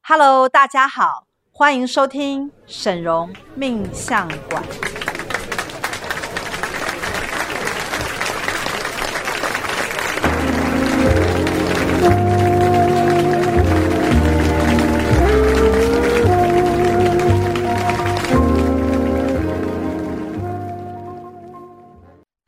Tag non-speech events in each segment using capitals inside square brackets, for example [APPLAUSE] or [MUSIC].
Hello，大家好，欢迎收听沈荣命相馆。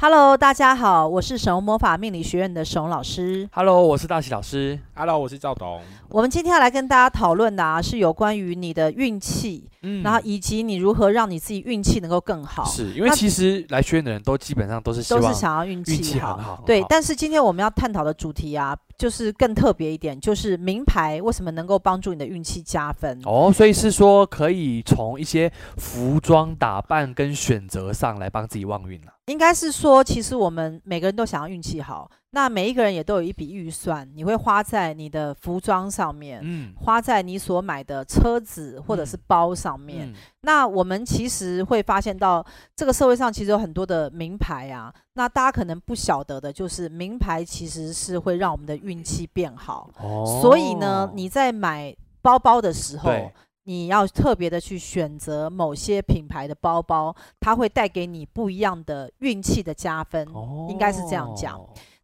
Hello，大家好，我是沈荣魔法命理学院的沈荣老师。 Hello，我是大喜老师。 Hello，我是赵董。我们今天要来跟大家讨论的啊，是有关于你的运气，嗯然后以及你如何让你自己运气能够更好，是因为那其实来学院的人都基本上都是希都望是想要运运气气很好。好。对，好但是今天我们要探讨的主题啊，就是更特别一点，就是名牌为什么能够帮助你的运气加分？哦，所以是说可以从一些服装打扮跟选择上来帮自己旺运啊了、应该是说，其实我们每个人都想要运气好，那每一个人也都有一笔预算，你会花在你的服装上面，嗯，花在你所买的车子或者是包上面。嗯那我们其实会发现到，这个社会上其实有很多的名牌啊。那大家可能不晓得的就是，名牌其实是会让我们的运气变好。哦所以呢，你在买包包的时候对，你要特别的去选择某些品牌的包包，它会带给你不一样的运气的加分。哦应该是这样讲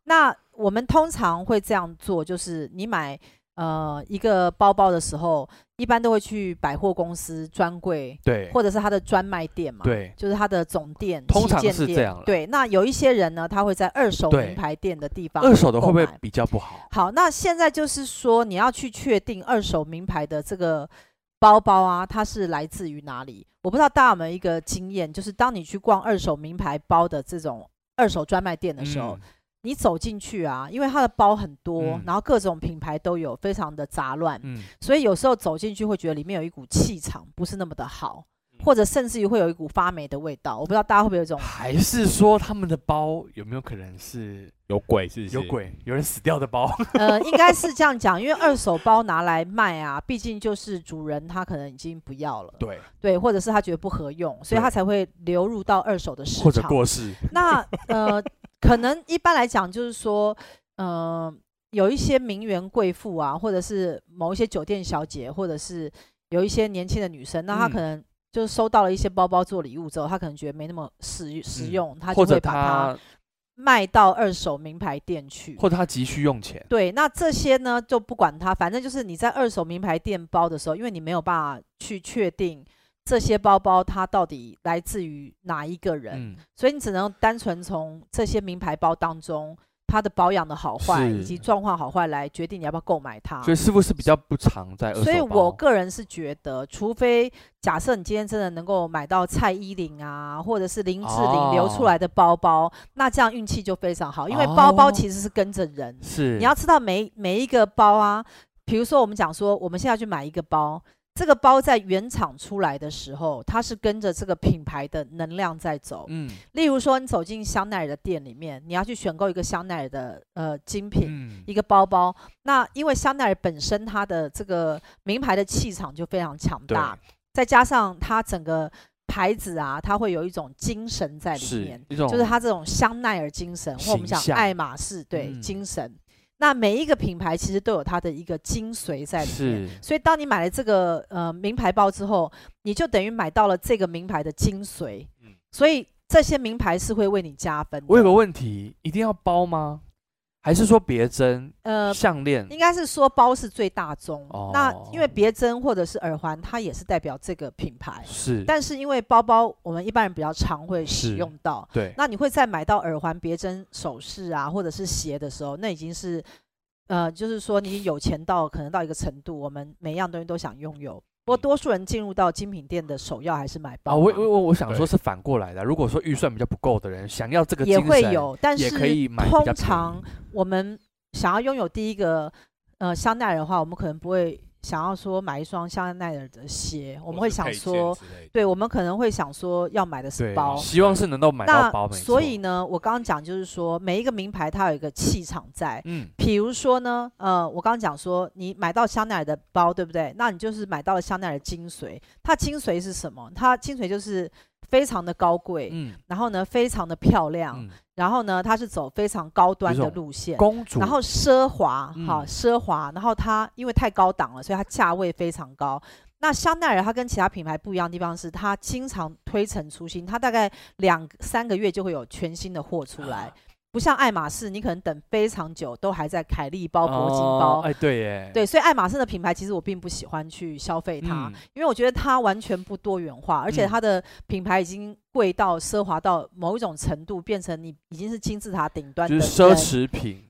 那我们通常会这样做，就是你买呃一个包包的时候，一般都会去百货公司专柜对或者是它的专卖店嘛。对就是它的总店，通常旗舰是店这样啦对，那有一些人呢，他会在二手对名牌店的地方，二手的会不会购买比较不好？好，那现在就是说，你要去确定二手名牌的这个包包啊，它是来自于哪里？我不知道大家有没有一个经验，就是当你去逛二手名牌包的这种二手专卖店的时候，嗯你走进去啊，因为它的包很多，嗯然后各种品牌都有，非常的杂乱，嗯，所以有时候走进去会觉得里面有一股气场不是那么的好，嗯或者甚至于会有一股发霉的味道。我不知道大家会不会有这 [LAUGHS] 种还是说他们的包有没有可能是有鬼是不是？有。鬼，有人死掉的包？呃，应该是这样讲，因为二手包拿来卖啊，毕竟就是主人他可能已经不要了，对，对，或者是他觉得不合用，所以对他才会流入到二手的市或者场。过世。 [LAUGHS] 那呃，可能一般来讲就是说，呃，有一些名媛贵妇啊，或者是某一些酒店小姐，或者是有一些年轻的女生，那她可嗯能就是收到了一些包包做礼物之后，她可能觉得没那么实实嗯用，她就或者会把它他，卖到二手名牌店去。或者他急需用钱。对，那这些呢就不管它，反正就是你在二手名牌店包的时候，因为你没有办法去确定这些包包它到底来自于哪一个人，嗯，所以你只能单纯从这些名牌包当中它的保养的好坏以是及状况好坏来决定你要不要购买它。所以师傅是比较不常在二手啊所以包我个人是觉得，除非假设你今天真的能够买到蔡依林啊，或者是林志玲流出哦来的包包，那这样运气就非常好，因为包包哦其实是跟着人。是你要知道每每一个包啊，比如说我们讲说，我们现在去买一个包，这个包在原厂出来的时候，它是跟着这个品牌的能量在走。嗯例如说，你走进香奈儿的店里面，你要去选购一个香奈儿的呃精品。嗯一个包包，那因为香奈儿本身它的这个名牌的气场就非常强对大，再加上它整个牌子啊，它会有一种精神在里面是。一种就是它这种香奈儿精神，或我们形讲象爱马仕对、嗯精神。那每一个品牌其实都有它的一个精髓在里面。是所以，当你买了这个呃名牌包之后，你就等于买到了这个名牌的精髓。嗯所以这些名牌是会为你加分的。我有个问题，一定要包吗？还是说别针、呃，项链？应该是说包是最大宗。哦那因为别针或者是耳环，它也是代表这个品牌。是，但是因为包包，我们一般人比较常会使是用到，对，那你会在买到耳环、别针、首饰啊，或者是鞋的时候，那已经是，呃，就是说你已经有钱到可能到一个程度，我们每样东西都想拥有。不过嗯多数人进入到精品店的首要还是买啊，包我嘛，我我我想说对是反过来的。如果说预算比较不够的人，想要这个也精会神，有，但也是可以买比较通便宜常我们想要拥有第一个呃香奈儿的话，我们可能不会想要说买一双香奈儿的鞋，我们会想说，，对，我们可能会想说要买的是对包，，希望是能够买到包，那没错所以，呢，我刚刚讲就是说，每一个名牌它有一个气场在。嗯，比如说呢，呃，我刚刚讲说，你买到香奈儿的包，对不对？那你就是买到了香奈儿的精髓。它精髓是什么？它精髓就是非常的高贵，嗯然后呢，非常的漂亮，嗯，然后呢，它是走非常高端有的一种路线，公主，然后奢华，好、嗯奢华，然后它因为太高档了，所以它价位非常高。那香奈儿它跟其他品牌不一样的地方是，它经常推陈出新，它大概两三个月就会有全新的货出啊来，不像爱马仕，你可能等非常久都还在凯利包、铂金包。哦哎，对耶，对，所以爱马仕的品牌其实我并不喜欢去消费它，嗯，因为我觉得它完全不多元化，而且嗯它的品牌已经贵到奢华到某一种程度，变成你已经是金字塔顶端的就是奢人侈品，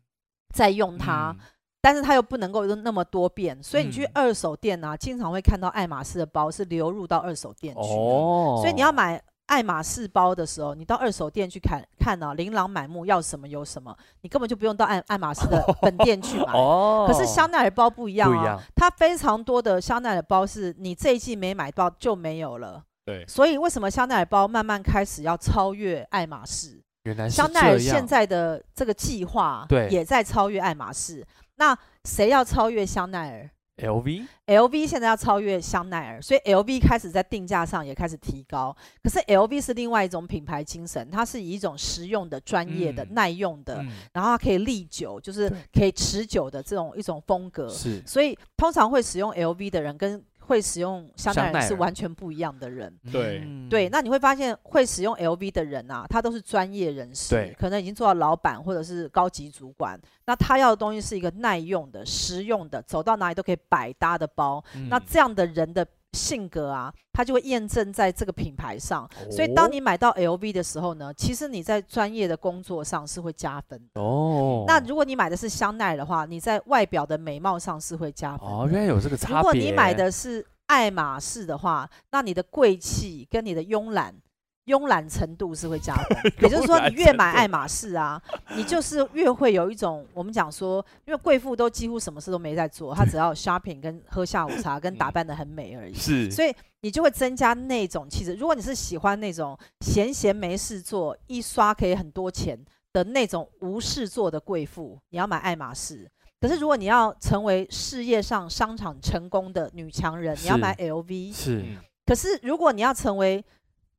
在用它，嗯但是它又不能够那么多变，所以你去嗯二手店啊，经常会看到爱马仕的包是流入到二手店去的，哦，所以你要买。爱马仕包的时候，你到二手店去看看啊，琳琅满目，要什么有什么，你根本就不用到爱爱马仕的本店去买。哦，可是香奈儿包不一样不一啊，样，它非常多的香奈儿包是你这一季没买到就没有了。对，所以为什么香奈儿包慢慢开始要超越爱马仕？原来是香奈儿这现样在的这个计划对也在超越爱马仕。那谁要超越香奈儿 LV， ？LV 现在要超越香奈儿，所以 LV 开始在定价上也开始提高。可是 LV 是另外一种品牌精神，它是以一种实用的、专业的、嗯耐用的，嗯，然后它可以历久，就是对可以持久的这种一种风格。是，所以通常会使用 LV 的人跟会使用香奈香儿人奈是儿完全不一样的人。对嗯对，那你会发现会使用 LV 的人啊，他都是专业人对士，可能已经做到老板或者是高级主管。那他要的东西是一个耐用的、实用的，走到哪里都可以百搭的包。那嗯这样的人的性格啊，他就会验证在这个品牌上。所以哦当你买到 LV 的时候呢，其实你在专业的工作上是会加分的。哦，那如果你买的是香奈儿的话，你在外表的美貌上是会加分的。哦，原来有这个如差别，果你买的是爱马仕的话，那你的贵气跟你的慵懒。慵懒程度是会加分， [LAUGHS] 也就是说，你越买爱马仕啊，你就是越会有一种我们讲说，因为贵妇都几乎什么事都没在做，她只要 shopping 跟喝下午茶跟嗯打扮的很美而已，是，所以你就会增加那种气质。如果你是喜欢那种闲闲没事做，一刷可以很多钱的那种无事做的贵妇，你要买爱马仕。可是如果你要成为事业上商场成功的女强人，你要是买 LV。是嗯可是如果你要成为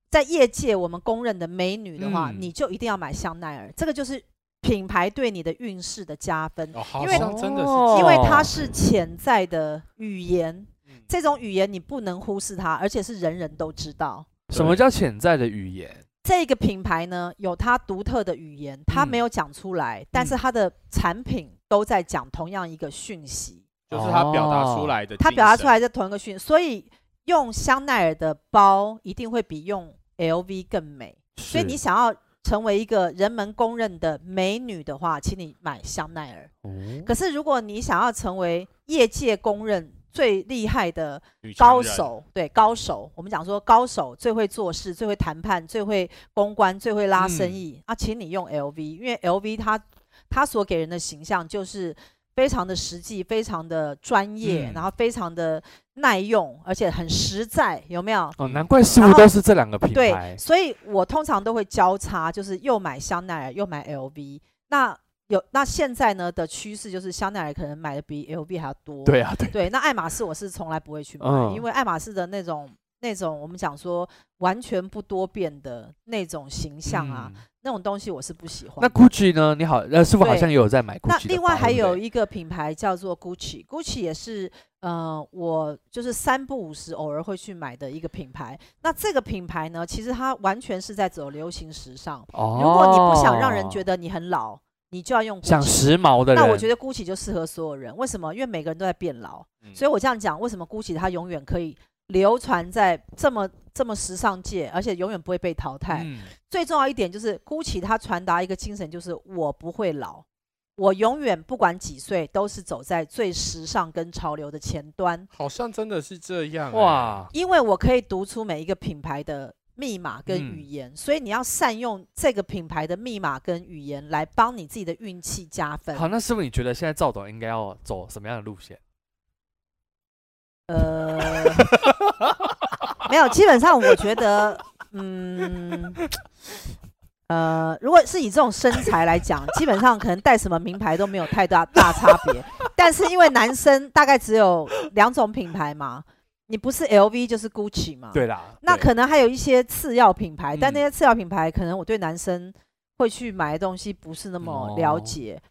在业界我们公认的美女的话，嗯你就一定要买香奈儿。这个就是品牌对你的运势的加分，哦，好因为像真的是哦因为它是潜在的语言。嗯这种语言你不能忽视它，而且是人人都知道。什么叫潜在的语言？这个品牌呢，有它独特的语言，它嗯没有讲出来，但是嗯它的产品都在讲同样一个讯息，就是他表达出来的精神，它表达出来的同一个讯，所以用香奈儿的包一定会比用 LV 更美。所以你想要成为一个人们公认的美女的话，请你买香奈儿。你可是如果你想要成为业界公认最厉害的女强高人手，对高手，我们讲说高手最会做事，最会谈判，最会公关，最会拉生嗯意、啊，请你用 LV，因为 LV 它它所给人的形象就是非常的实际，非常的专业，嗯然后非常的耐用，而且很实在，有没有？哦，难怪似乎然后都是这两个品对，牌，所以我通常都会交叉，就是又买香奈儿，又买 LV。那有那现在呢的趋势就是香奈儿可能买的比 LV 还要多，对啊，对，对，那爱马仕我是从来不会去买，嗯因为爱马仕的那种那种我们讲说完全不多变的那种形象啊，嗯。那种东西我是不喜欢。那 Gucci 呢？你好，呃，师傅好像也有在买 Gucci 那的另外包还对不有对一个品牌叫做 Gucci，Gucci 也是呃，我就是三不五时偶尔会去买的一个品牌。那这个品牌呢，其实它完全是在走流行时尚。哦，如果你不想让人觉得你很老，你就要用 Gucci。想时髦的人，那我觉得 Gucci 就适合所有人，为什么？因为每个人都在变老。嗯所以我这样讲，为什么 GUCCI 它永远可以流传在这么这么时尚界，而且永远不会被淘汰？嗯最重要一点就是 GUCCI 它传达一个精神，就是我不会老，我永远不管几岁都是走在最时尚跟潮流的前端，好像真的是这样欸，哇，因为我可以读出每一个品牌的。密码跟语言，所以你要善用这个品牌的密码跟语言来帮你自己的运气加分。好，那师傅你觉得现在赵董应该要走什么样的路线？呃， [LAUGHS] 没有，基本上我觉得，嗯，呃，如果是以这种身材来讲，基本上可能戴什么名牌都没有太大大差别。但是因为男生大概只有两种品牌嘛，你不是 LV 就是啊 GUCCI 嘛，，对啦，那对可能还有一些次要品牌，但嗯那些次要品牌可能我对男生会去买的东西不是那么哦了解。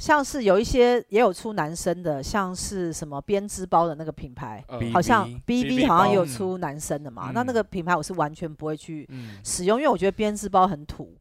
像是有一些也有出男生的，像是什么编织包的那个品牌，呃比好像 BB BB 好像也有包嗯出男生的嘛。那那个品牌我是完全不会去嗯，使用，因为我觉得编织包很 [LAUGHS] 土。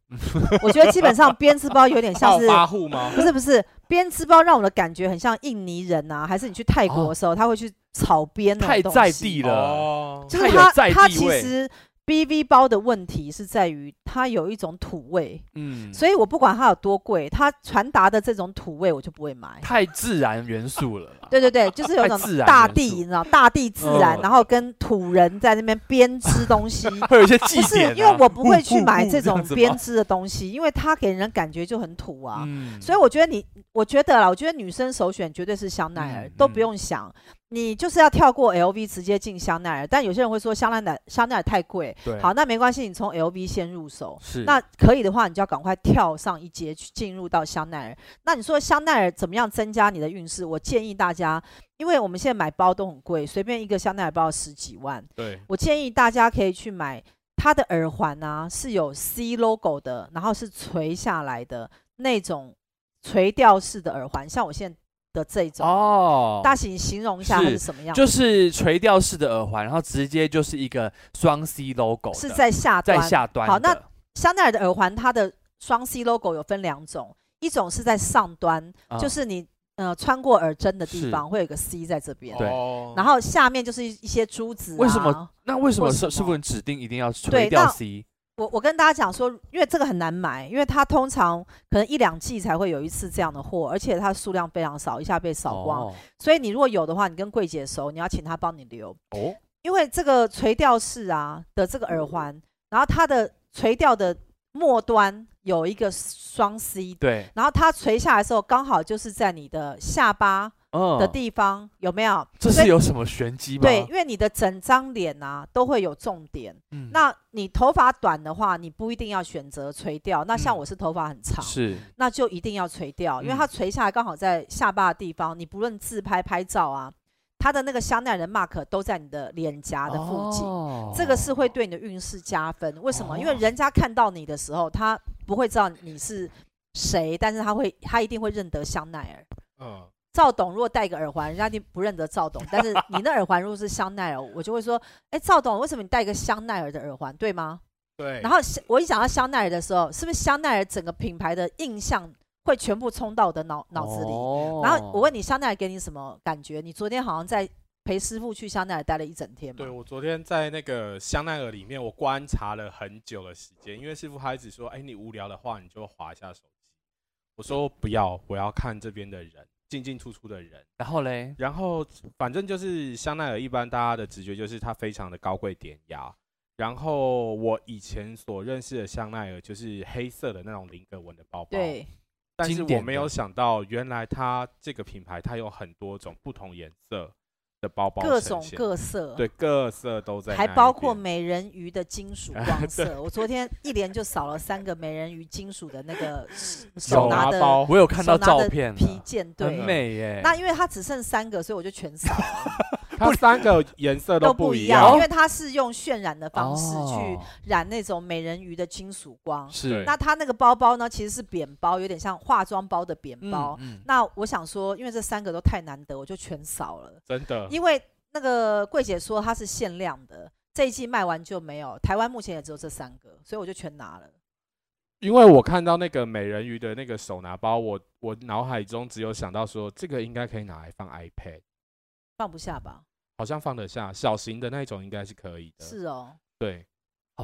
我觉得基本上编织包有点像暴是发户吗？不是不是编织包让我的感觉很像印尼人啊，还是你去泰国的时候他会去草编那哦太种在东西地 [LAUGHS] 了，哦，就是太有它在它地其位实 BV 包的问题是在于它有一种土味，嗯，所以我不管它有多贵，它传达的这种土味我就不会买。太自然元素了啦。对对对，就是有一啊太种自然大元地，素你知道，大地自然，嗯然后跟土人在那边编织东 [LAUGHS] 西。 [LAUGHS] 会有一些祭不是典啊，因为我不呼会去呼买呼这样种子吗编织的东西，因为它给人感觉就很土啊。嗯所以我觉得你，我觉得啦，我觉得女生首选绝对是香奈儿，嗯都不嗯用想，你就是要跳过 LV 直接进香奈儿。但有些人会说香奈儿香奈儿太贵，对好，那没关系，你从 LV 先入手。是那可以的话，你就要赶快跳上一阶去进入到香奈儿。那你说香奈儿怎么样增加你的运势？我建议大家，因为我们现在买包都很贵，随便一个香奈儿包十几万，对，我建议大家可以去买它的耳环啊，是有 C logo 的，然后是垂下来的那种垂吊式的耳环，像我现在的这种。哦，大型形容一下它是是什么样？就是垂吊式的耳环，然后直接就是一个双 C logo，是的在下在端。下端的。好那香奈儿的耳环，它的双 C logo 有分两种，一种是在上端，啊就是你呃穿过耳针的地是方会有个 C 在这边，对哦然后下面就是一一些珠子、啊。为什么那为什或么什么师师傅指定一定要垂对吊那 C？我我跟大家讲说，因为这个很难买，因为它通常可能一两季才会有一次这样的货，而且它数量非常少，一下被扫光。哦所以你如果有的话，你跟柜姐熟，你要请她帮你留，哦，因为这个垂吊式啊的这个耳环，然后它的垂吊的末端有一个双 C，对，然后它垂下来的时候刚好就是在你的下巴嗯，的地方，有没有？这所是以有什么玄机吗？对，因为你的整张脸啊都会有重点。嗯，那你头发短的话，你不一定要选择垂掉。那像嗯我是头发很长，是那就一定要垂掉，因为嗯它垂下来刚好在下巴的地方。你不论自拍、拍照啊，它的那个香奈儿的 mark 都在你的脸颊的附近。哦这个是会对你的运势加分，为什么？因为哦人家看到你的时候，他不会知道你是谁，但是他会，他一定会认得香奈儿。嗯，赵董如果戴一个耳环，人家一定不认得赵董。 [LAUGHS] 但是你那耳环如果是香奈儿，我就会说，哎，赵董，为什么你戴一个香奈儿的耳环，对吗？对，然后香我一讲到香奈儿的时候，是不是香奈儿整个品牌的印象会全部冲到我的脑脑子里？哦然后我问你，香奈儿给你什么感觉？你昨天好像在陪师傅去香奈儿待了一整天嘛对？我昨天在那个香奈儿里面，我观察了很久的时间，因为师傅他一直说，哎，你无聊的话，你就划一下手机。我说不要，我要看这边的人，进进出出的人。然后嘞，然后反正就是香奈儿，一般大家的直觉就是它非常的高贵典雅。然后我以前所认识的香奈儿就是黑色的那种菱格纹的包包，，对，但是经我典没有的想到，原来它这个品牌它有很多种不同颜色的包包各呈种现各色，对各色都在那一还边，包括美人鱼的金属光 [LAUGHS] 色。我昨天一连就扫了三个美人鱼金属的那个手手拿拿的啊包我有看到手拿照的片了，皮件，很对。美耶。那因为它只剩三个，所以我就全扫了它三个颜色都不不一样样，因，为它是用渲染的方式去哦染那种美人鱼的金属光。是那它那个包包呢，其实是扁包，有点像化妆包的扁包。嗯那我想说，因为这三个都太难得，我就全扫了。真的因为那个柜姐说它是限量的，这一季卖完就没有，台湾目前也只有这三个，所以我就全拿了。因为我看到那个美人鱼的那个手拿包，我我脑海中只有想到说，这个应该可以拿来放 iPad，放不下吧？好像放得下，小型的那种应该是可以的。，是哦，对啊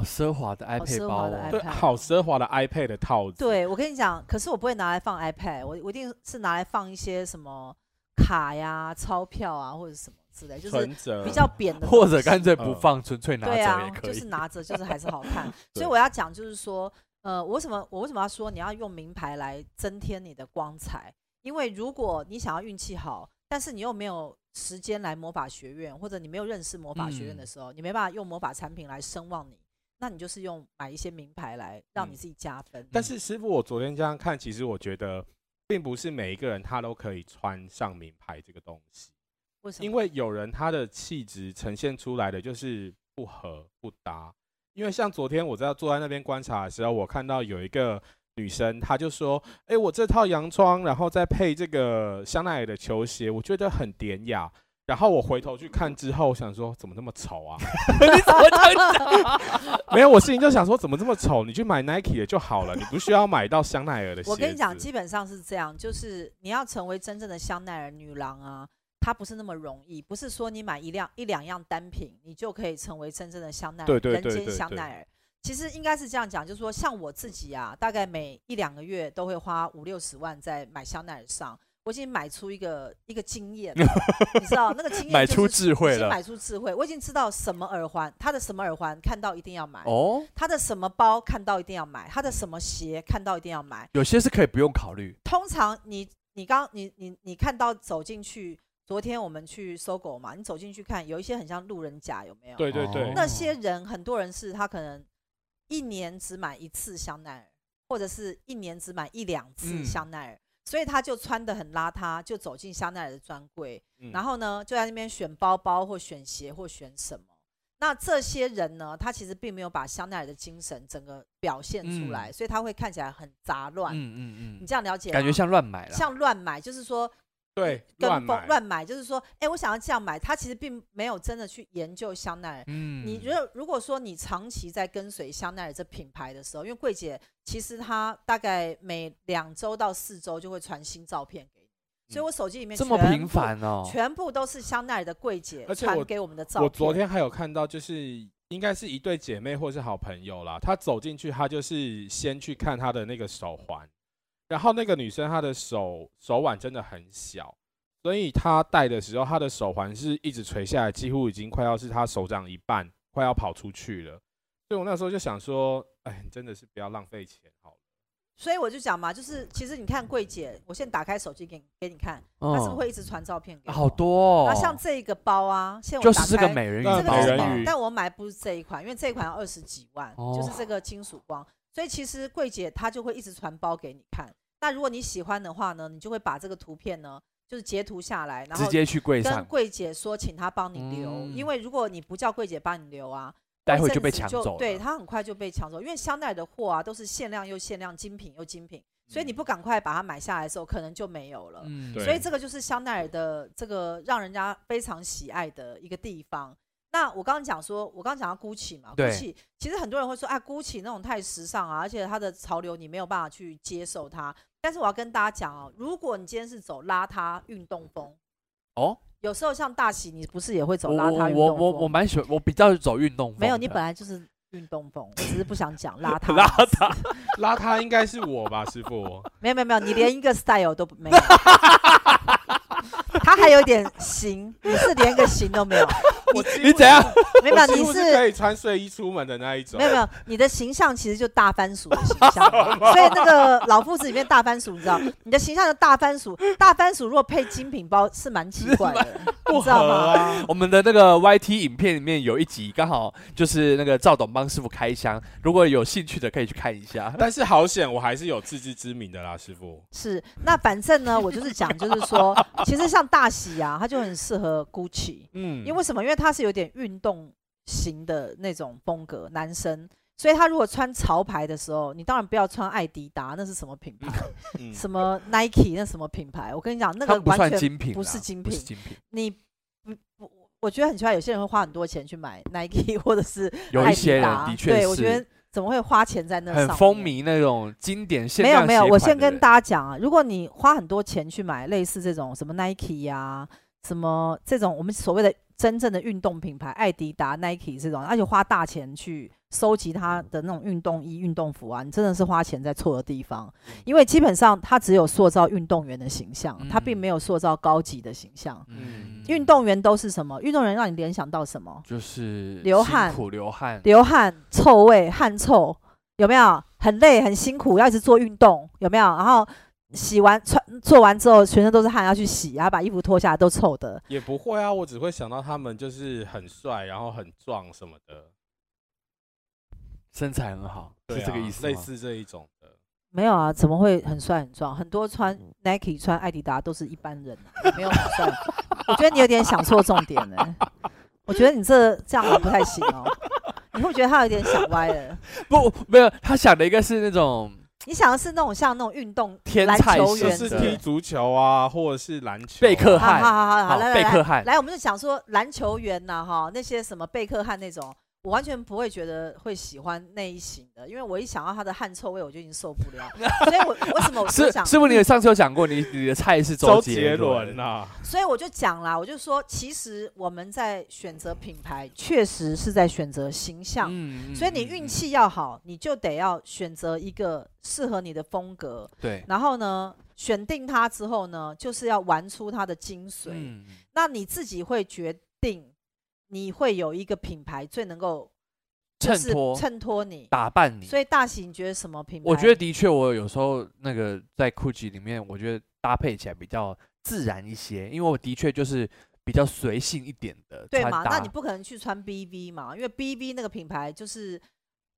好哦奢华的奢华 iPad 包的哦，对， iPad 好奢华的 iPad 的套子。，对我跟你讲，可是我不会拿来放 iPad，我我一定是拿来放一些什么卡呀、钞票啊或者什么之类，就是存折比较扁的东西， [LAUGHS] 或者干脆不嗯放，纯粹拿对走啊也，可就 [LAUGHS] 以是。拿着，就是还是好 [LAUGHS] 看。所以对我要讲就是说，呃，我为什么我为什么要说你要用名牌来增添你的光彩？因为如果你想要运气好，但是你又没有时间来魔法学院，或者你没有认识魔法学院的嗯时候，你没办法用魔法产品来声望你，那你就是用买一些名牌来让你嗯自己加分。但是师傅，我昨天这样看，其实我觉得，并不是每一个人他都可以穿上名牌这个东西，为什么？因为有人他的气质呈现出来的就是不合不搭。因为像昨天我在坐在那边观察的时候，我看到有一个女生，她就说：“哎、我这套洋装，然后再配这个香奈儿的球鞋，我觉得很典雅。”然后我回头去看之后，我想说怎么那么丑啊？你怎么这样讲？ [LAUGHS] 没有，我心里就想说怎么这么丑？你去买 Nike 的就好了，你不需要买到香奈儿的鞋子。我跟你讲，基本上是这样，就是你要成为真正的香奈儿女郎啊，它不是那么容易，不是说你买一辆一两样单品，你就可以成为真正的香奈儿，对对对人对间香对奈儿。其实应该是这样讲，就是说像我自己啊，大概每一两个月都会花五六十万在买香奈儿上，我已经买出一个一个经验 [LAUGHS] 了，你知道那个经验买就是出智慧已经了买出智慧，我已经知道什么耳环，它的什么耳环看到一定要买，哦，它的什么包看到一定要买，它的什么鞋看到一定要买。有些是可以不用考虑，通常你你刚你你你看到走进去，昨天我们去搜狗嘛，你走进去看，有一些很像路人甲，有没有？对对对，那些人很多人是他可能一年只买一次香奈儿，或者是一年只买一两次嗯香奈儿，所以他就穿的很邋遢，就走进香奈儿的专柜，嗯然后呢就在那边选包包或选鞋或选什么。那这些人呢，他其实并没有把香奈儿的精神整个表现出来，嗯所以他会看起来很杂乱。嗯你这样了解吗？感觉像乱买了，像乱买，就是说对跟乱风买乱买，就是说，哎、我想要这样买，他其实并没有真的去研究香奈儿。嗯你如果如果说你长期在跟随香奈儿这品牌的时候，因为桂姐其实她大概每两周到四周就会传新照片给你，所以嗯我手机里面这么全频部、繁哦，全部都是香奈儿的桂姐而且传我给我们的照片。我昨天还有看到，就是应该是一对姐妹或是好朋友啦，她走进去，她就是先去看她的那个手环，然后那个女生她的手手腕真的很小，所以她戴的时候，她的手环是一直垂下来，几乎已经快要是她手掌一半，快要跑出去了。所以我那时候就想说，哎，你真的是不要浪费钱好了。所以我就讲嘛，就是其实你看桂姐，我现在打开手机给你给你看，她是不是会一直传照片给嗯我？好多哦，那像这个包啊，现在就我打是这开个嗯美人鱼这这个个是包美美吧人鱼但我买不是这一款，因为这一款要二十几万，哦就是这个金属光。所以其实柜姐她就会一直传包给你看。那如果你喜欢的话呢，你就会把这个图片呢，就是截图下来，然直后接去柜跟上，柜姐说，请她帮你留，嗯因为如果你不叫柜姐帮你留啊，待过会一就被阵子抢走了，对，它很快就被抢走，因为香奈儿的货啊都是限量又限量，精品又精品，所以你不赶快把它买下来的时候，可能就没有了。嗯，对所以这个就是香奈儿的这个让人家非常喜爱的一个地方。那我刚刚讲说，我刚刚讲到 GUCCI 嘛对，GUCCI 其实很多人会说，啊，GUCCI 那种太时尚啊，而且它的潮流你没有办法去接受它。但是我要跟大家讲哦，如果你今天是走邋遢运动风，哦，有时候像大喜，你不是也会走我邋遢我运我动我我风？蛮喜欢，我比较走运动风的，没有，你本来就是运动风，我只是不想讲 [LAUGHS] 邋遢。邋遢，邋遢应该是我吧，师傅。没有没有没有，你连一个 style 都没有。 [LAUGHS] 他还有点型，你是连个型都没有。我几乎 [LAUGHS] 你怎样？？ [LAUGHS] [LAUGHS] 没有没我有，几你乎是是可以穿睡衣出门的那一种没。有没有，你的形象其实就大番薯的形象， [LAUGHS] 所以那个老夫子里面大番薯，你知道，你的形象就大番薯，大番薯如果配精品包是蛮奇怪的，你知道不合啊吗？我们的那个 YT 影片里面有一集，刚好就是那个赵董帮师傅开箱，如果有兴趣的可以去看一下。但是好险，我还是有自知之明的啦，师傅。是，那反正呢，我就是讲，就是 [LAUGHS] 说，其实像大喜啊，它就很适合 GUCCI，嗯因为为什么？因为它是有点运动型的那种风格，男生，所以他如果穿潮牌的时候，你当然不要穿艾迪达，那是什么品 [LAUGHS] 牌？嗯，什么 Nike 那什么品牌？我跟你讲，那个他们不完算全精品啦，啊不是精不是品精品，你不不，我觉得很奇怪，有些人会花很多钱去买 Nike 或者是有艾一迪些人达的确对我觉是得怎么会花钱在那上很面？风靡那种经典限没有量没有，鞋我款先的跟人大家讲啊，如果你花很多钱去买类似这种什么 Nike 呀、什么这种我们所谓的真正的运动品牌，艾迪达、Nike 这种，而且花大钱去收集它的那种运动衣、运动服啊，你真的是花钱在错的地方，嗯因为基本上它只有塑造运动员的形象，它并嗯没有塑造高级的形象。嗯运动员都是什么？运动员让你联想到什么？就是流辛汗苦流汗，流汗、臭味、汗臭，有没有？很累、很辛苦，要一直做运动，有没有？然后洗完穿做完之后，全身都是汗，要去洗，然后把衣服脱下来都臭的。也不会啊，我只会想到他们就是很帅，然后很壮什么的，身材很好，对是啊这个意思类吗似这一种的。没有啊，怎么会很帅很壮？很多穿 Nike、穿艾迪达都是一般人、啊，没有很帅。我觉得你有点想错重点呢、我觉得你这这样还不太行哦，你会不会觉得他有点想歪了。不没有，他想的应该是那种你想的是那种像那种运动天篮才球型就员是之的类踢的足球啊，或者是篮球、贝克好啊好汉好好好，好来贝来克来，汉来，我们就想说篮球员呐、哈，那些什么贝克汉那种，我完全不会觉得会喜欢那一型的，因为我一想到他的汗臭味，我就已经受不 [LAUGHS] 了。所以我为什么我就是想嗯是不是？你上次有讲过，你你的菜是周杰杰伦啊伦？啊呐、所以我就讲啦，我就说，其实我们在选择品牌，确实是在选择形象。嗯嗯所以你嗯运嗯气要好，你就得要选择一个适合你的风格，对，然后呢，选定它之后呢，就是要玩出它的精髓。嗯，那你自己会决定，你会有一个品牌最能够就衬是托衬托你。打扮你。所以大喜，你觉得什么品牌？我觉得的确，我有时候那个在 Gucci 里面，我觉得搭配起来比较自然一些，因为我的确就是比较随性一点的对穿嘛？搭。那你不可能去穿 BV 嘛，因为 BV 那个品牌就是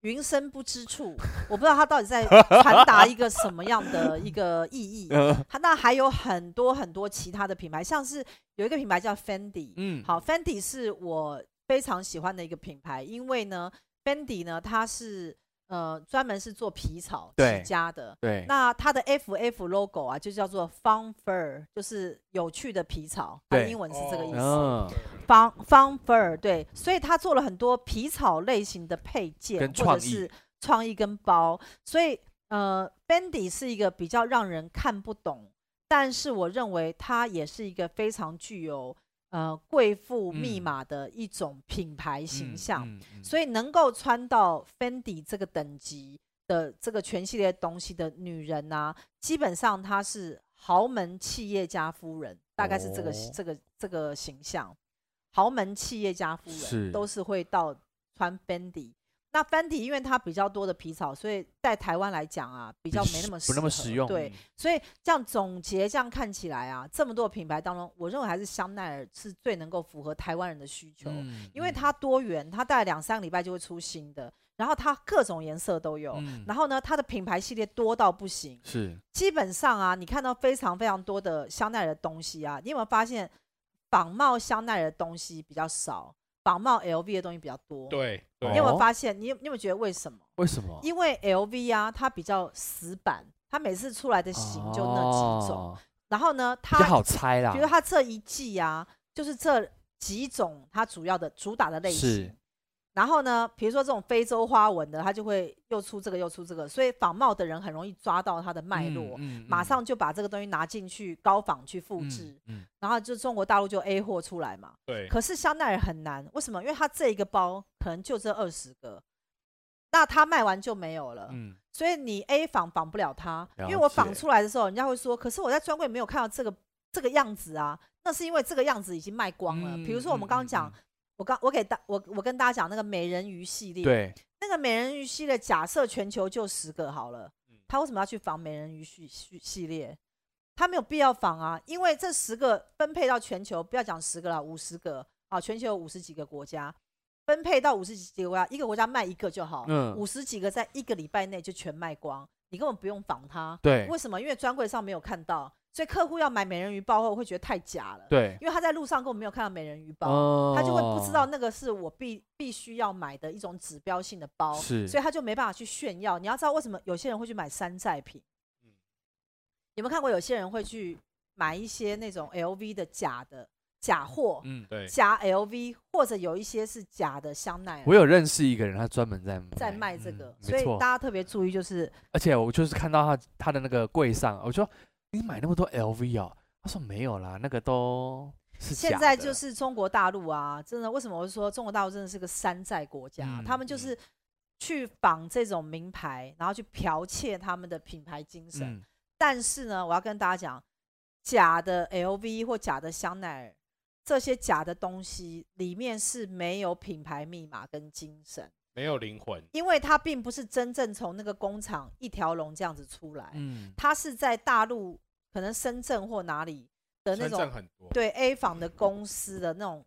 云深不知处，我不知道它到底在传达一个什么样的一个意 [LAUGHS] 义。呃它那还有很多很多其他的品牌，像是有一个品牌叫 Fendi，嗯，好，Fendi 是我非常喜欢的一个品牌，因为呢，Fendi 呢，它是呃专门是做皮草对起家的。对，那它的 FF logo 啊，就叫做 Fun Fur，就是有趣的皮草，它对英文是这个意思。嗯， Fun Fun Fur，对，所以它做了很多皮草类型的配件，跟或创者意是创意跟包，所以呃，Fendi 是一个比较让人看不懂，但是我认为它也是一个非常具有呃贵妇密嗯码的一种品牌形象，嗯，嗯所以能够穿到 Fendi 这个等级的这个全系列东西的女人呐、基本上她是豪门企业家夫人，大概是这个、哦这个这个形象。豪门企业家夫人是都是会到穿 Fendi。那 Fendi 因为它比较多的皮草，所以在台湾来讲啊，比较没那么 [LAUGHS] 不那么适合实用。嗯对，，所以这样总结，这样看起来啊，这么多品牌当中，我认为还是香奈儿是最能够符合台湾人的需求。嗯因为它多元，它大概两三个礼拜就会出新的，然后它各种颜色都有，嗯然后呢，它的品牌系列多到不行。是基本上啊，你看到非常非常多的香奈儿的东西啊，你有没有发现仿冒香奈儿的东西比较少，仿冒 LV 的东西比较多？对对你有没有哦发现？你有你有没有觉得为什么？为什么？因为 LV 啊，它比较死板，它每次出来的型就那几种。哦然后呢，比较它好猜啦。比如它这一季啊，就是这几种它主要的主打的类是型。然后呢，比如说这种非洲花纹的，它就会又出这个又出这个，所以仿冒的人很容易抓到它的脉络，嗯嗯马嗯上就把这个东西拿进去高仿去复嗯制，嗯然后就中国大陆就 A 货出来嘛。对，可是香奈儿很难，为什么？因为它这一个包可能就这二十个，那它卖完就没有了。嗯，所以你 A 仿仿不了它，因了为我仿解出来的时候，人家会说，可是我在专柜没有看到这个这个样子啊，那是因为这个样子已经卖光了。比如说我们刚刚嗯讲，我刚我给大我我跟大家讲那个美人鱼系列，对，那个美人鱼系列假设全球就十个好了嗯，他为什么要去仿美人鱼系系系列？他没有必要仿啊，因为这十个分配到全球，不要讲十个了，五十个啊，全球有五十几个国家，分配到五十几个国家，一个国家卖一个就好，嗯五十几个在一个礼拜内就全卖光，你根本不用仿它。对为什么？因为专柜上没有看到，所以客户要买美人鱼包后会觉得太假了，对，因为他在路上根本没有看到美人鱼包，他他就会不知哦道那个是我必必须要买的一种指标性的包，是，所以他就没办法去炫耀。你要知道为什么有些人会去买山寨品？嗯有没有看过有些人会去买一些那种 LV 的假的假货、嗯，对，假 LV，或者有一些是假的香奈我儿有认识一个人，他专门在在卖这个，嗯所以没错大。家特别注意，就是而且我就是看到他他的那个柜上，我说你买那么多 LV 哦，他说没有啦，那个都是现假在的就是中国大陆啊，真的为什么我说中国大陆真的是个山寨国家？嗯他们就是去仿这种名牌，然后去剽窃他们的品牌精神。嗯但是呢，我要跟大家讲，假的 LV 或假的香奈儿这些假的东西里面是没有品牌密码跟精神，没有灵魂，因为它并不是真正从那个工厂一条龙这样子出来，嗯，它是在大陆可能深圳或哪里的那深种圳很多，对 A 房的公司的那种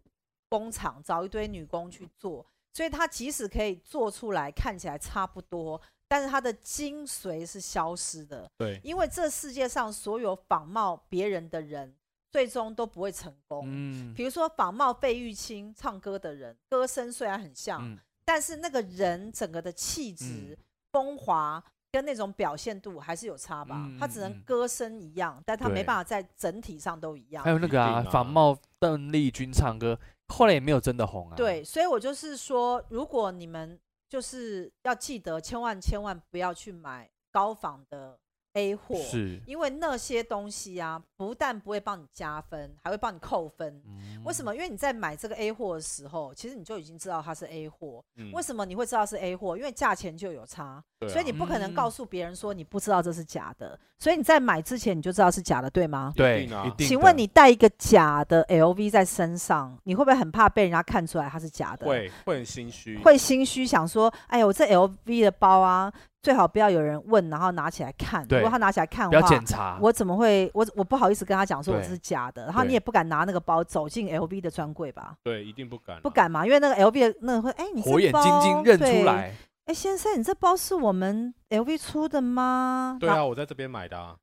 工厂找一堆女工去做，所以它即使可以做出来看起来差不多，但是它的精髓是消失的，对，因为这世界上所有仿冒别人的人，最终都不会成功。嗯比如说仿冒费玉清唱歌的人，歌声虽然很像，嗯但是那个人整个的气质、嗯风华，跟那种表现度还是有差吧。嗯它只嗯能嗯歌声一样，但它没对办法在整体上都一样还。有那个啊，一定啊仿冒邓丽君唱歌，后来也没有真的红啊。对，，所以我就是说，如果你们就是要记得，千万千万不要去买高仿的 A 货，是。因为那些东西啊，不但不会帮你加分，还会帮你扣分。嗯为什？么？因为你在买这个 A 货的时候，其实你就已经知道它是 A 货。嗯为什么你会知道是 A 货？因为价钱就有差，对啊所以你不可能嗯告诉别人说你不知道这是假的。所以你在买之前你就知道是假的，对吗？对，一定啊一定的。请问你带一个假的 LV 在身上，你会不会很怕被人家看出来它是假的？会会很心虚，会心虚，想说，哎呦，我这 LV 的包啊，最好不要有人问，然后拿起来看。如对果他拿起来看不的要话，检查？我怎么会？我我不好意思跟他讲说我对是假的，然后你对也不敢拿那个包走进 LV 的专柜吧？对，一定不敢啊，不敢嘛，因为那个 LV 的那个会，哎，你这火眼包金睛认对出来，哎，先生，你这包是我们 LV 出的吗？对那。啊，我在这边买的啊，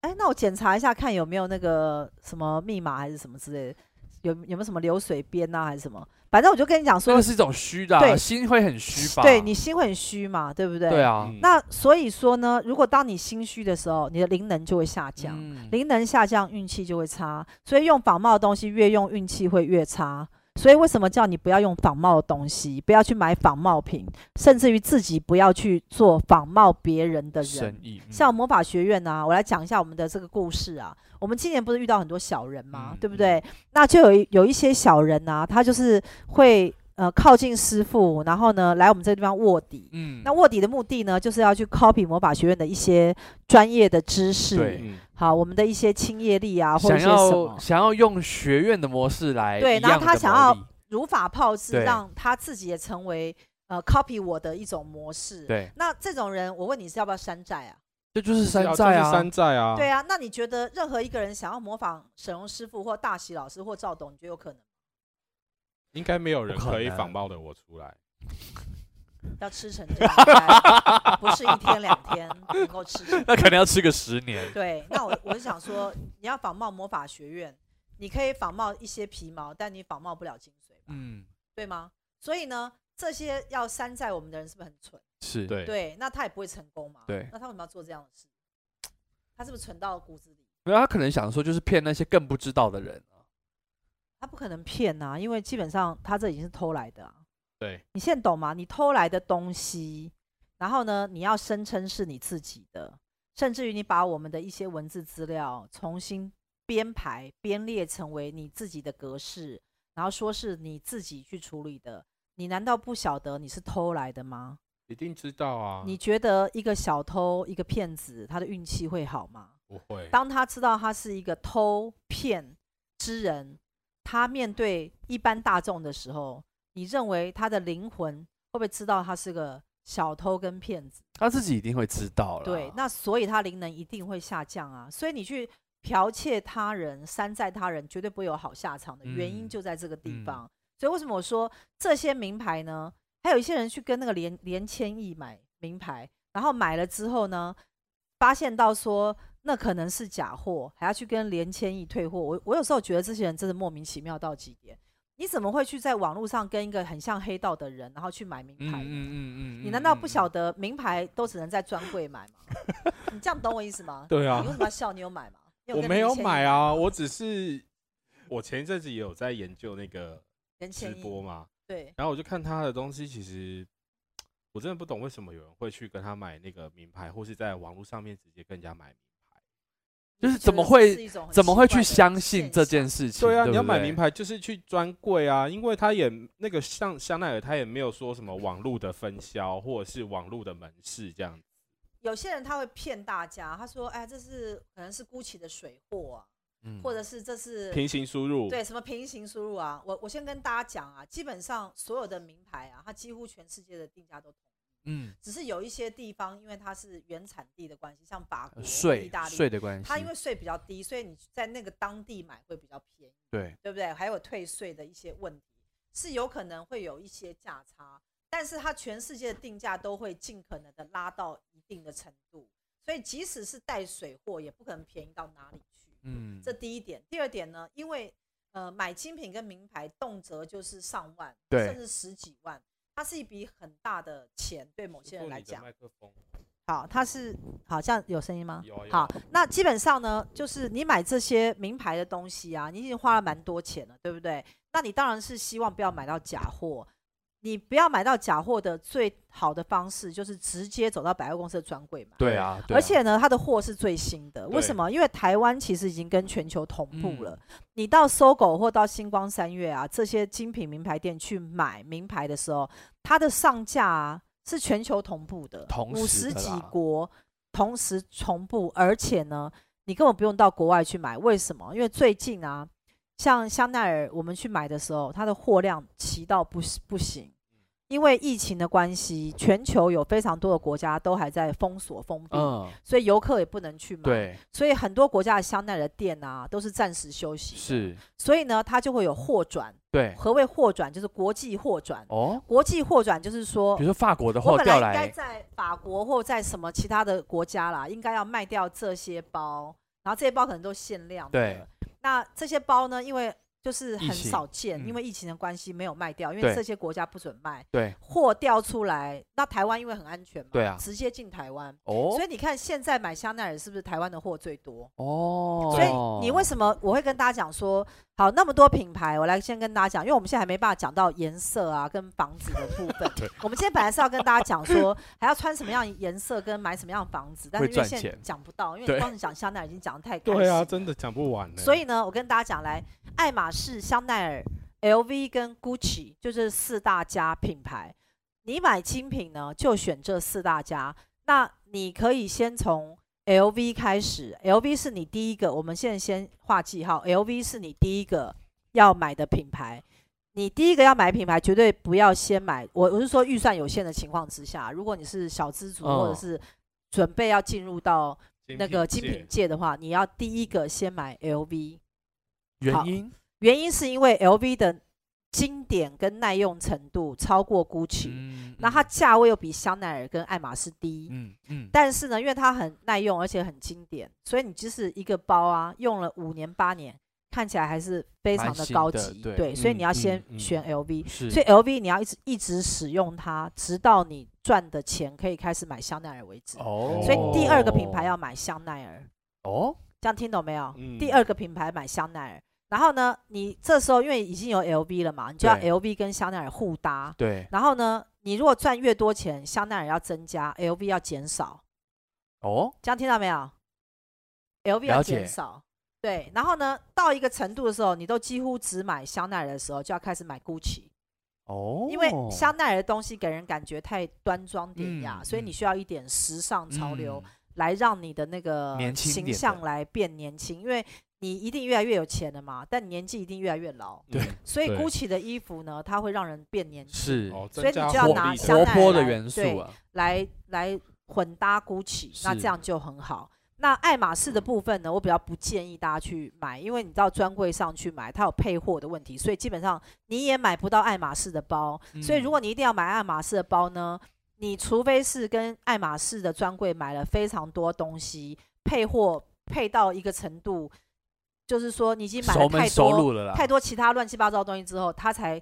哎，那我检查一下，看有没有那个什么密码还是什么之类的，有有没有什么流水边啊，还是什么？反正我就跟你讲这说个，是一种虚的啊，对心会很虚吧？对你心会很虚嘛，对不对？对。啊，嗯那所以说呢，如果当你心虚的时候，你的灵能就会下降，嗯灵能下降，运气就会差。所以用仿冒的东西越用，运气会越差。所以为什么叫你不要用仿冒的东西，不要去买仿冒品，甚至于自己不要去做仿冒别人的人生。意嗯像魔法学院啊，我来讲一下我们的这个故事啊。我们今年不是遇到很多小人嘛，嗯对不对？那就有一有一些小人啊，他就是会呃靠近师傅，然后呢来我们这个地方卧底。嗯，那卧底的目的呢，就是要去 copy 魔法学院的一些专业的知识，对嗯，好，我们的一些清业力啊，或者想一些什要么想要用学院的模式来对一然后样他的想魔要力如法炮制，对让他自己也成为呃 copy 我的一种模式。对，那这种人，我问你是要不要山寨啊？这就是是山啊寨就是啊，[LAUGHS] 山寨啊，对啊，那你觉得任何一个人想要模仿沈荣师傅或大喜老师或赵董，你觉得有可能吗？应该没有人不可可以能仿冒的我出来，要吃成这样，应该不是一天两天能够吃成。那可能要吃个十年。对，那我我是想说，你要仿冒魔法学院，你可以仿冒一些皮毛，但你仿冒不了精髓吧？嗯，对吗？所以呢，这些要山寨我们的人是不是很蠢？是，对对，那他也不会成功嘛。对那他为什么要做这样的事？他是不是蠢到骨子里？没有他可能想说就是骗那些更不知道的人啊。他不可能骗呐、因为基本上他这已经是偷来的啊。对，你现在懂吗？你偷来的东西，然后呢，你要声称是你自己的，甚至于你把我们的一些文字资料重新编排、编列成为你自己的格式，然后说是你自己去处理的。你难道不晓得你是偷来的吗？一定知道啊，你觉得一个小偷、一个骗子，他的运气会好吗？不会，当他知道他是一个偷骗之人，他面对一般大众的时候，你认为他的灵魂会不会知道他是个小偷跟骗子？他自己一定会知道了。啊对，那所以他灵能一定会下降啊。所以你去剽窃他人、山寨他人，绝对不会有好下场的。原因嗯就在这个地嗯方。所以为什么我说这些名牌呢？还有一些人去跟那个连连千亿买名牌，然后买了之后呢，发现到说那可能是假货，还要去跟连千亿退货。我我有时候觉得这些人真的莫名其妙到极点。你怎么会去在网络上跟一个很像黑道的人，然后去买名嗯牌呢？嗯嗯嗯，你难道不晓得？得名牌都只能在专柜买吗？ [LAUGHS] 你这样懂我意思吗？对啊你为，什么要笑？你有买吗？你我跟没林有千亿买啊，吗我只是我前一阵子也有在研究那个人直千亿播嘛，对，然后我就看他的东西，其实我真的不懂为什么有人会去跟他买那个名牌，或是在网络上面直接跟人家买名牌。就是我觉怎得么这会是一种很怎么奇怪会去的相信现这象件事情？对啊，不你要买名，牌就是去专柜啊，因为他也那个像香奈儿，他也没有说什么网络的分销或者是网络的门市这样子。有些人他会骗大家，他说：“哎，这是可能是 GUCCI 的水货啊，嗯或者是这是平行输入，对什么平行输入啊。我”我先跟大家讲啊，基本上所有的名牌啊，它几乎全世界的定价都同，嗯只是有一些地方因为它是原产地的关系，像法国、意税大利，税的关系，它因为税比较低，所以你在那个当地买会比较便宜。对对不对？还有退税的一些问题，是有可能会有一些价差，但是它全世界的定价都会尽可能的拉到一定的程度，所以即使是带水货，也不可能便宜到哪里去。嗯这第一点。第二点呢，因为呃买精品跟名牌动辄就是上万，对甚至十几万，它它是一笔很大的钱，对某些人来讲。麦克风好，它是好像有声音吗？有啊有啊好，那基本上呢，就是你买这些名牌的东西啊，你已经花了蛮多钱了，对不对？那你当然是希望不要买到假货。你不要买到假货的最好的方式就是直接走到百货公司的专柜买。对啊，对啊而且呢，它的货是最新的。为对什么？因为台湾其实已经跟全球同步嗯了。你到搜狗或到星光三月啊这些精品名牌店去买名牌的时候，它的上架、啊、是全球同步的，同五时十的几啦国同时同步，而且呢，你根本不用到国外去买。为什么？因为最近啊，像香奈儿，我们去买的时候，它的货量齐到不是不行。嗯因为疫情的关系，全球有非常多的国家都还在封锁封闭，嗯，所以游客也不能去买。，对，所以很多国家的香奈儿的店啊，都是暂时休息。。是，所以呢，它就会有货转。对，何谓货转？就是国际货转。哦，国际货转就是说比如，说法国的哦我货本调应该来，在法国或在什么其他的国家啦，应该要卖掉这些包，然后这些包可能都限量的。对。那这些包呢，因为就是疫很情少见，嗯因为疫情的关系没有卖掉，因为对这些国家不准卖。对，货调出来，那台湾因为很安全嘛，对啊直接进台湾。哦所以你看，现在买香奈儿是不是台湾的货最多？哦，所以你为什么我会跟大家讲说，好那么多品牌，我来先跟大家讲，因为我们现在还没办法讲到颜色啊跟房子的部 [LAUGHS] 分对。我们今天本来是要跟大家讲说，还要穿什么样颜色跟买什么样的房子，但是因会为赚现在钱讲不到，因为对你光是讲香奈儿已经讲的太开对心啊，了真的讲不完呢。所以呢，我跟大家讲，来，爱马仕、香奈儿、LV 跟 Gucci 就这四大家品牌。你买精品呢，就选这四大家。那你可以先从 LV 开始，LV 是你第一个，我们现在先画记号，LV 是你第一个要买的品牌。你第一个要买品牌，绝对不要先买。我我是说预算有限的情况之下，如果你是小资族，或者嗯是准备要进入到精那个界精品界的话，你要第一个先买 LV，好原因，原因是因为 LV 的经典跟耐用程度超过 GUCCI，、嗯那它价位又比香奈儿跟爱马仕低。嗯嗯，但是呢，因为它很耐用，而且很经典，所以你即使一个包啊用了五年八年，看起来还是非常蛮的新高的级。对所以嗯你要嗯先嗯选 LV，、是，所以 LV 你要一直一直使用它，直到你赚的钱可以开始买香奈儿为止。哦，所以第二个品牌要买香奈儿。哦，这样听懂没有？嗯第二个品牌买香奈儿，然后呢，你这时候因为已经有 LV 了嘛，你就要对 LV 跟香奈儿互搭。对，然后呢，你如果赚越多钱，香奈儿要增加，LV 要减少，哦，这样听到没有？LV 了要解减少，对。然后呢，到一个程度的时候，你都几乎只买香奈儿的时候，就要开始买 GUCCI，哦，因为香奈儿的东西给人感觉太端庄典雅，嗯所以你嗯需要一点时尚潮流。嗯来让你的那个年轻一形点的象来变年轻，因为你一定越来越有钱了嘛，但你年纪一定越来越老，对所以对 GUCCI 的衣服呢，它会让人变年轻，是哦，所以你增加就要活拿力的香活奈泼的来元素对啊，来来混搭 GUCCI，那这是样就很好。那爱马仕的部分呢，我比较不建议大家去买，因为你到专柜上去买，它有配货的问题，所以基本上你也买不到爱马仕的包。所以嗯如果你一定要买爱马仕的包呢，你除非是跟爱马仕的专柜买了非常多东西，配货配到一个程度，就是说你已经买了熟太门熟多路了啦，太多其他乱七八糟的东西之后，他才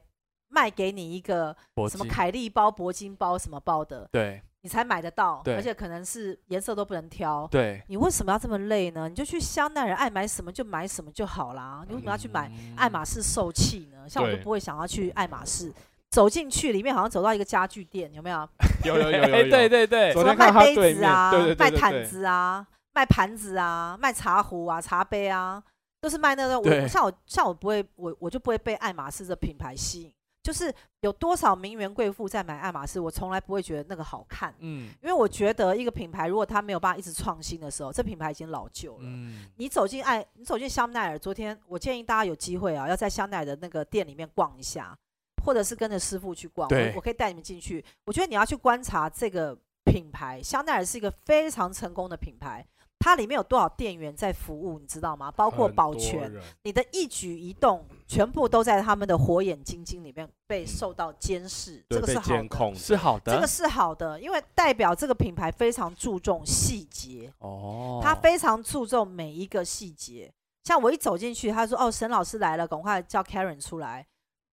卖给你一个铂什么金凯利包、铂金包什么包的，对你才买得到，对而且可能是颜色都不能挑。对，你为什么要这么累呢？你就去香奈儿爱买什么就买什么就好啦。你为什么要去买爱马仕？仕受气呢？像我就嗯对不会想要去爱马仕，走进去里面好像走到一个家具店，有没有？有有有有哎，有，对对对昨什么天看卖他杯对子面啊，对对对卖对毯对子啊，卖盘子啊，卖茶壶啊、茶杯啊，都是卖那个。我对像我像我不会，我我就不会被爱马仕这品牌吸引。就是有多少名媛贵妇在买爱马仕，我从来不会觉得那个好看，嗯因为我觉得一个品牌如果它没有办法一直创新的时候，这品牌已经老旧了。嗯，你走进爱，你走进香奈儿，昨天我建议大家有机会啊，要在香奈儿的那个店里面逛一下，或者是跟着师傅去逛，我对我可以带你们进去。我觉得你要去观察这个品牌，香奈儿是一个非常成功的品牌，它里面有多少店员在服务，你知道吗？包括很保多全，人你的一举一动全部都在他们的火眼金睛里面被受到监视，对这个被是好监的。控的是好这的个是好的，因为代表这个品牌非常注重细节。哦，他非常注重每一个细节。像我一走进去，他说：“哦，沈老师来了，赶快叫 Karen 出来。”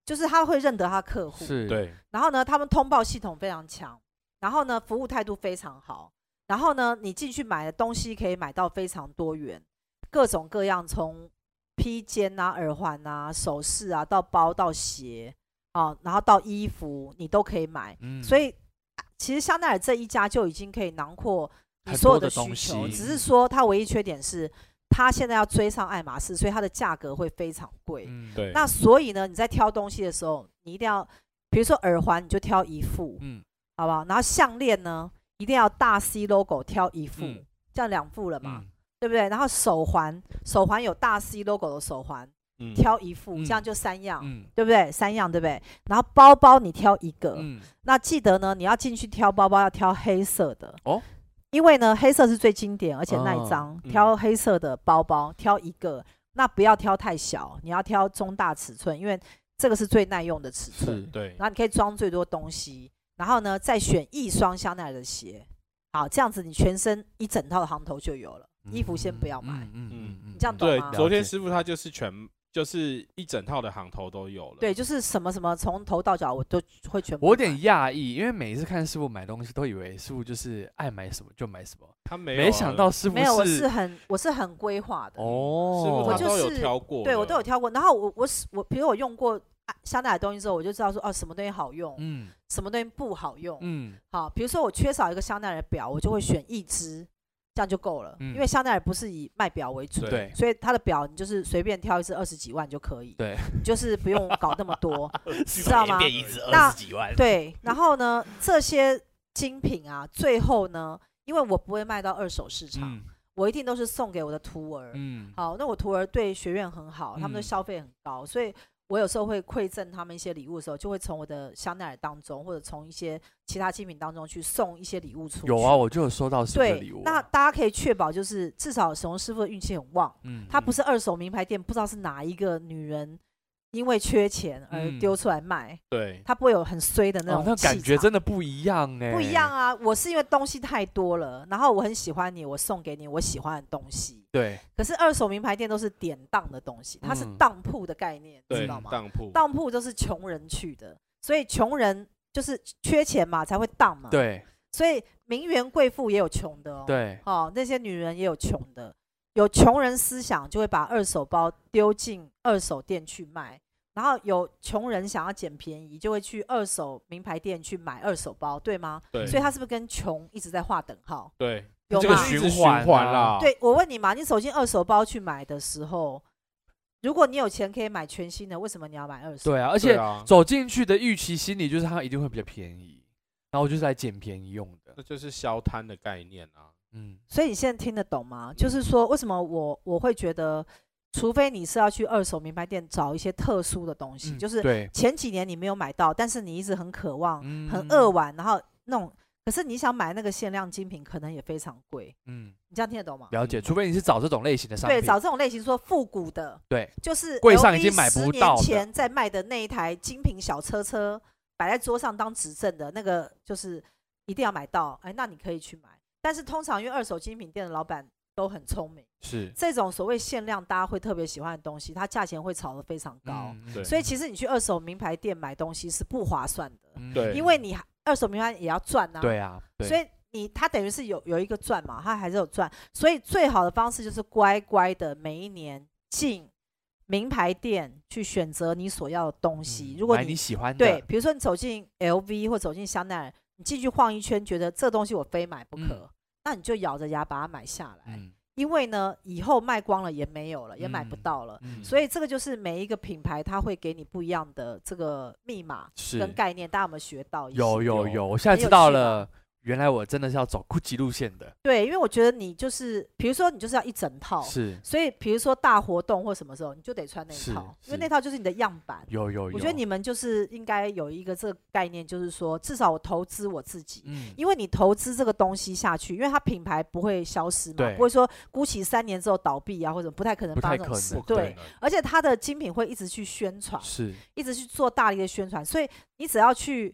就是他会认得他客户，是，，对，然后呢，他们通报系统非常强，然后呢，服务态度非常好，然后呢，你进去买的东西可以买到非常多元，各种各样，从披肩啊、耳环啊、首饰啊，到包到鞋啊，然后到衣服，你都可以买。嗯所以啊其实香奈儿这一家就已经可以囊括你很所有多的需东求，西嗯只是说它唯一缺点是，它现在要追上爱马仕，所以它的价格会非常贵。嗯，对，那所以呢，你在挑东西的时候，你一定要，比如说耳环，你就挑一副，嗯，好不好？然后项链呢，一定要大 C logo 挑一副，嗯这样两副了嘛，嗯对不对？然后手环，手环有大 C logo 的手环，嗯挑一副，嗯这样就三样，嗯对不对？三样，对不对？然后包包你挑一个，嗯，那记得呢，你要进去挑包包要挑黑色的哦。因为呢，黑色是最经典，而且耐哦脏。嗯挑黑色的包包，挑一个，那不要挑太小，你要挑中大尺寸，因为这个是最耐用的尺寸。是，对然后你可以装最多东西，然后呢，再选一双香奈儿的鞋。好，这样子你全身一整套的行头就有了，衣服先不要买。嗯嗯嗯嗯你这样嗯懂对吗，昨了天解师傅他就是全就是一整套的行头都有了，对，就是什么什么从头到脚我都会全部买。我有点讶异，因为每一次看师傅买东西，都以为师傅就是爱买什么就买什么，他没有啊没想到师傅没有，我是很我是很规划的。哦，师傅我他就都有是挑过了，对我都有挑过。然后我我使我，比如我用过啊香奈儿的东西之后，我就知道说哦，什么东西好用，嗯什么东西不好用。嗯好，比如说我缺少一个香奈儿的表，我就会选一只，这样就够了。嗯因为香奈儿不是以卖表为主，对对所以它的表你就是随便挑一只二十几万就可以，对，你就是不用搞那么 [LAUGHS] 多，知道吗？便宜只那几万，对，然后呢，这些精品啊，最后呢，因为我不会卖到二手市场，嗯我一定都是送给我的徒儿。嗯，好，那我徒儿对学院很好，他们的嗯消费很高，所以我有时候会馈赠他们一些礼物的时候，就会从我的香奈儿当中，或者从一些其他精品当中去送一些礼物出去。有啊，，我就有收到师傅的对礼物，，啊那大家可以确保，就是至少沈龙师傅的运气很旺，嗯他嗯不是二手名牌店，不知道是哪一个女人因为缺钱而嗯丢出来卖，对，他不会有很衰的那种、，哦那感觉。真的不一样哎，不一样，啊！我是因为东西太多了，然后我很喜欢你，我送给你我喜欢的东西。对，可是二手名牌店都是典当的东西，它是嗯当铺的概念，对知道吗？当铺当铺都是穷人去的，所以穷人就是缺钱嘛，才会当嘛。，对所以名媛贵妇也有穷的哦。，对，哦，那些女人也有穷的，有穷人思想就会把二手包丢进二手店去卖，然后有穷人想要捡便宜，就会去二手名牌店去买二手包，对吗？对所以它是不是跟穷一直在划等号？对有这个吗就是一循直环环啊啦，对，我问你嘛，你走进二手包去买的时候，如果你有钱可以买全新的，为什么你要买二手？对啊，而对且啊，走进去的预期心理就是它一定会比较便宜，然后我就是来捡便宜用的，这就是消摊的概念啊，嗯所以你现在听得懂吗？就是说，为什么我我会觉得，除非你是要去二手名牌店找一些特殊的东西，嗯就是对，前几年你没有买到，但是你一直很渴望、很嗯扼，腕，然后那种，可是你想买那个限量精品，可能也非常贵。嗯，你这样听得懂吗？了解，除非你是找这种类型的商品，嗯嗯对，找这种类型说复古的，对，就是柜上已经买不到10年的前在卖的那一台精品小车车，摆在桌上当指正的那个，就是一定要买到。哎，那你可以去买，但是通常因为二手精品店的老板都很聪明，是这种所谓限量大家会特别喜欢的东西，它价钱会炒得非常高，嗯对所以其实你去二手名牌店买东西是不划算的，嗯对因为你二手名牌也要赚啊。对啊，对所以你他等于是有有一个赚嘛，他还是有赚，所以最好的方式就是乖乖的每一年进名牌店去选择你所要的东西。嗯如果买你喜欢的，对，比如说你走进 LV 或走进香奈儿，你进去晃一圈，觉得这东西我非买不可，嗯那你就咬着牙把它买下来，嗯因为呢以后卖光了也没有了，也买不嗯到了。嗯，所以这个就是每一个品牌，它会给你不一样的这个密码是跟概念，大家有没有学到一些？有有有有，我现在很有知道趣吧了，原来我真的是要走 GUCCI 路线的，对，因为我觉得你就是，比如说你就是要一整套，是所以比如说大活动或什么时候，你就得穿那一是套，因是为那套就是你的样板。有有有，我觉得你们就是应该有一个这个概念，就是说至少我投资我自己。嗯因为你投资这个东西下去，因为它品牌不会消失嘛对，不会说估计三年之后倒闭啊，或者不太可能不发太生这种可事能不。可对，能，而且它的精品会一直去宣传，是一直去做大力的宣传，所以你只要去，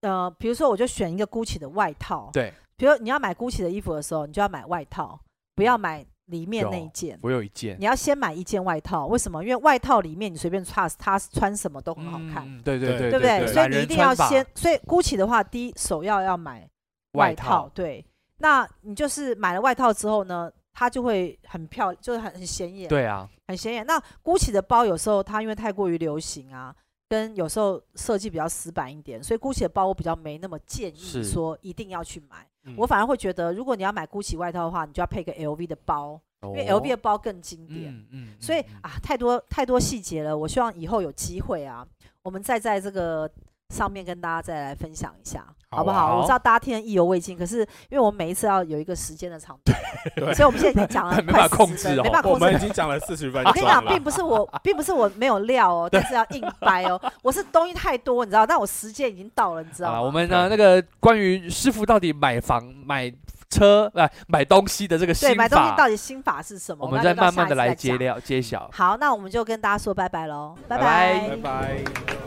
呃，比如说我就选一个 GUCCI 的外套，对比如你要买 GUCCI 的衣服的时候，你就要买外套，不要买里面那嗯有一件。我有一件你要先买一件外套，为什么？因为外套里面你随便穿，它穿什么都很好看，嗯对对对对不对所懒以你一人定穿要法先，所以 GUCCI 的话，第一首要要买外套套，，对。那你就是买了外套之后呢，它就会很漂亮，就是很很显眼，对啊，很显眼。那 GUCCI 的包有时候它因为太过于流行啊，跟有时候设计比较死板一点，所以 GUCCI 的包我比较没那么建议是说一定要去买。嗯我反而会觉得，如果你要买 GUCCI 外套的话，你就要配个 LV 的包，因为 LV 的哦包更经典。嗯嗯，所以嗯啊，太多太多细节了。我希望以后有机会啊，我们再在这个上面跟大家再来分享一下，好好不好？我知道啊大家听得意犹未尽，可是因为我们每一次要有一个时间的长度对，所以我们现在已经讲了 [LAUGHS] 没快办法控40制分哦没办法我控制们已。经讲了四十分我钟跟你讲，了并。不是我，并不是我没有料 [LAUGHS] 哦，但是要硬掰哦。我是东西太多，你知道，但我时间已经到了，你知好道了，吗？我们呃呢那个关于师傅到底买房、买车、来买东西的这个心对法，买东西到底心法是什么？我们要们再留到慢下慢一的次来再揭讲料揭晓。好，那我们就跟大家说拜拜喽，拜拜拜。